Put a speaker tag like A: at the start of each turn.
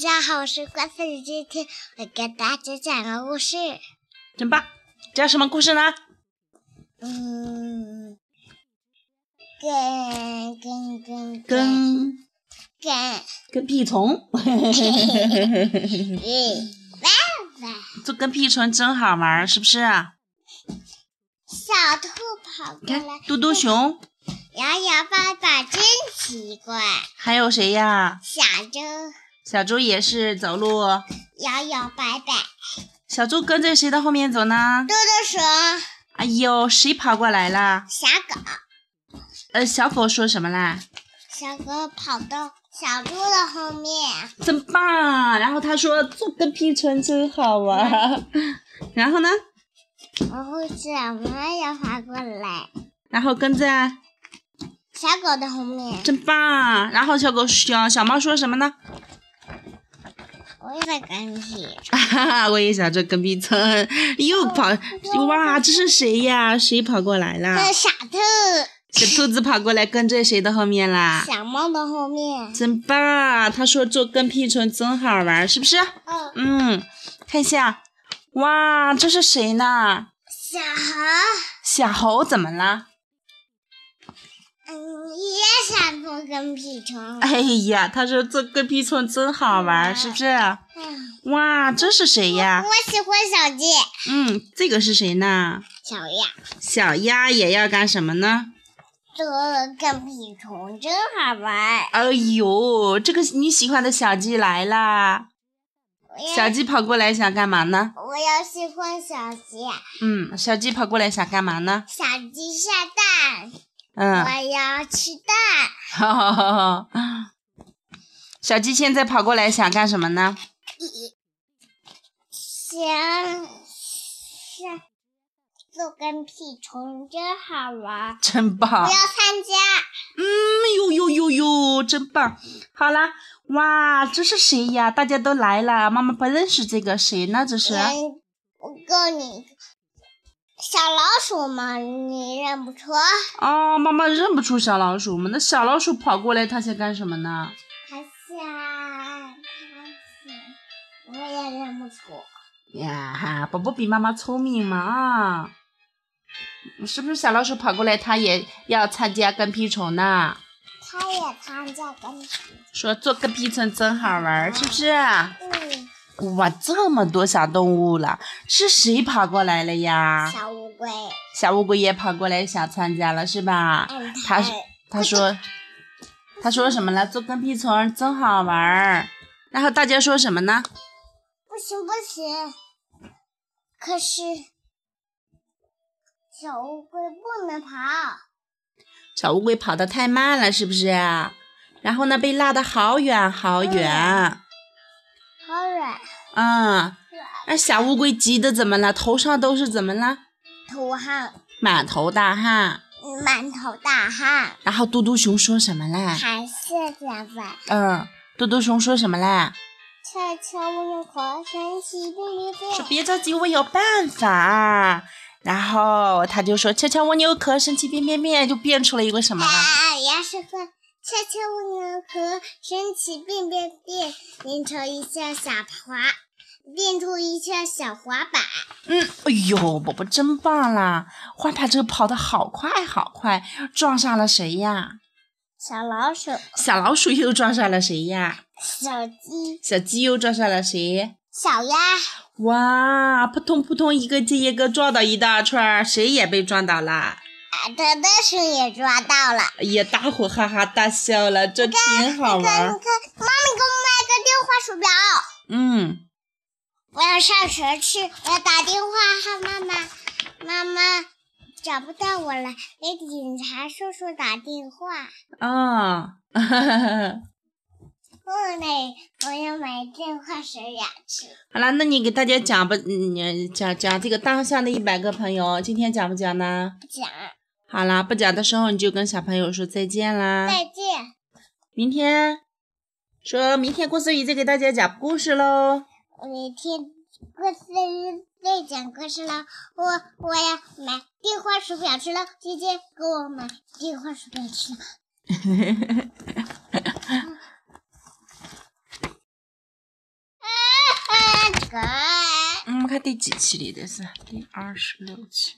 A: 家好，我是瓜子李，今天我给大家讲个故事。
B: 真棒！讲什么故事呢？
A: 嗯，跟跟跟
B: 跟
A: 跟，
B: 跟屁虫，
A: 嗯，爸爸，
B: 就跟屁虫真好玩儿，是不是啊？
A: 小兔跑
B: 你
A: 过
B: 看
A: 来，，
B: 嘟嘟熊，
A: 摇摇爸爸真奇怪，
B: 还有谁呀？
A: 小猪
B: 小猪也是走路，
A: 摇摇摆摆，
B: 小猪跟着谁的后面走呢？
A: 嘟嘟熊，
B: 哎呦，谁跑过来啦？
A: 小狗，
B: 呃，小狗说什么啦？
A: 小狗跑到小猪的后面，
B: 真棒！啊然后他说：“这个屁虫真好 玩。”然后呢？
A: 然后怎么也爬过来，
B: 然后跟着啊，
A: 小狗的后面。
B: 真棒！啊然后小狗小小猫说什么呢？
A: 我也在跟屁，
B: 哈哈， 我也想着跟屁虫又跑，哇，这是谁呀？谁跑过来啦
A: 这？ 是小兔、
B: 小兔子跑过来跟在谁的后面啦？
A: 小猫的后面。
B: 真棒！他说做跟屁虫真好玩，是不是？
A: 嗯，
B: 嗯，看一下，哇，这是谁呢？
A: 小猴，
B: 小猴怎么了？
A: 嗯，也想做跟屁虫。
B: 哎呀，他说做跟屁虫真好玩，是不是？
A: 哎呀
B: 哇，这是谁呀？
A: 我喜欢小鸡、
B: 嗯，这个是谁呢？
A: 小鸭，
B: 小鸭也要干什么呢？
A: 做跟屁虫真好玩。
B: 哎呦，这个你喜欢的小鸡来啦！
A: 我要
B: 小鸡跑过来想干嘛呢？
A: 我要喜欢小鸡，
B: 嗯，小鸡跑过来想干嘛呢？
A: 小鸡下蛋，
B: 嗯，
A: 我要吃蛋，
B: 哈哈哈哈。 小鸡现在跑过来想干什么呢？
A: 想想做跟屁虫真好玩。
B: 真
A: 我
B: 棒
A: 要！参加。
B: 嗯，呦呦呦呦，真棒！好啦，哇，这是谁呀？大家都来了，妈妈不认识这个谁呢？这是
A: 嗯，我告诉你，小老鼠嘛，你认不出，
B: 哦，妈妈认不出小老鼠。我们的小老鼠跑过来，它想干什么呢？
A: 它想，它想，我也认不出。
B: 哎呀哈，宝宝比妈妈聪明嘛啊！是不是小老鼠跑过来，它也要参加跟屁虫呢？
A: 它也参加跟你，
B: 说做跟屁虫真好玩儿，是不是？
A: 嗯，
B: 哇，这么多小动物了，是谁跑过来了呀？
A: 小乌龟，
B: 小乌龟也跑过来想参加了，是吧？
A: 嗯，
B: 它是他说，他说什么了？做跟屁虫真好玩儿。然后大家说什么呢？
A: 不行不行，可是小乌龟不能跑，
B: 小乌龟跑得太慢了，是不是？然后呢，被拉得好远好远。
A: 好软，
B: 嗯，那小乌龟急得怎么了？头上都是怎么了？
A: 头汗，
B: 满头大汗。
A: 满头大汗，
B: 然后嘟嘟熊说什么嘞？
A: 还是想法。
B: 嗯，嘟嘟熊说什么嘞？
A: 悄悄问黄神奇便利
B: 说
A: 店，
B: 别着急，我有办法。然后他就说：“敲敲蜗牛壳，神奇变变变，就变出了一个什么了？
A: 啊，牙齿会悄悄蜗牛壳，神奇便便变，变成一下小滑，变出一下小滑板。
B: 嗯，哎呦，宝宝真棒啦！花爬这个跑得好快好快，撞上了谁呀？
A: 小老鼠、
B: 小老鼠又撞上了谁呀？
A: 小鸡、
B: 小鸡又撞上了谁？
A: 小鸭，啊
B: 哇，扑通扑通，一个接一个撞倒一大串儿，谁也被撞倒啦！
A: 啊，德德鼠也抓到了。
B: 哎呀，大伙哈哈大笑了，这挺好
A: 你看，
B: 玩
A: 你看，
B: 儿。
A: 妈咪给我买个电话鼠标，
B: 嗯，
A: 我要上学去，我要打电话喊妈妈，妈妈找不到我了，给警察叔叔打电话。
B: 啊、哦，
A: 后来我要买电话水牙齿。
B: 好啦，那你给大家讲吧，嗯，讲讲这个大象的一百个朋友，今天讲不讲呢？
A: 不讲，
B: 好啦，不讲的时候你就跟小朋友说再见啦。
A: 再见。
B: 明天说明天郭思雨再给大家讲故事喽。
A: 我明天过生日再讲故事了。我我要买电话鼠标吃了，姐姐给我买电话鼠标吃了。啊个。
B: 嗯我们看第几期里的是第二十六期。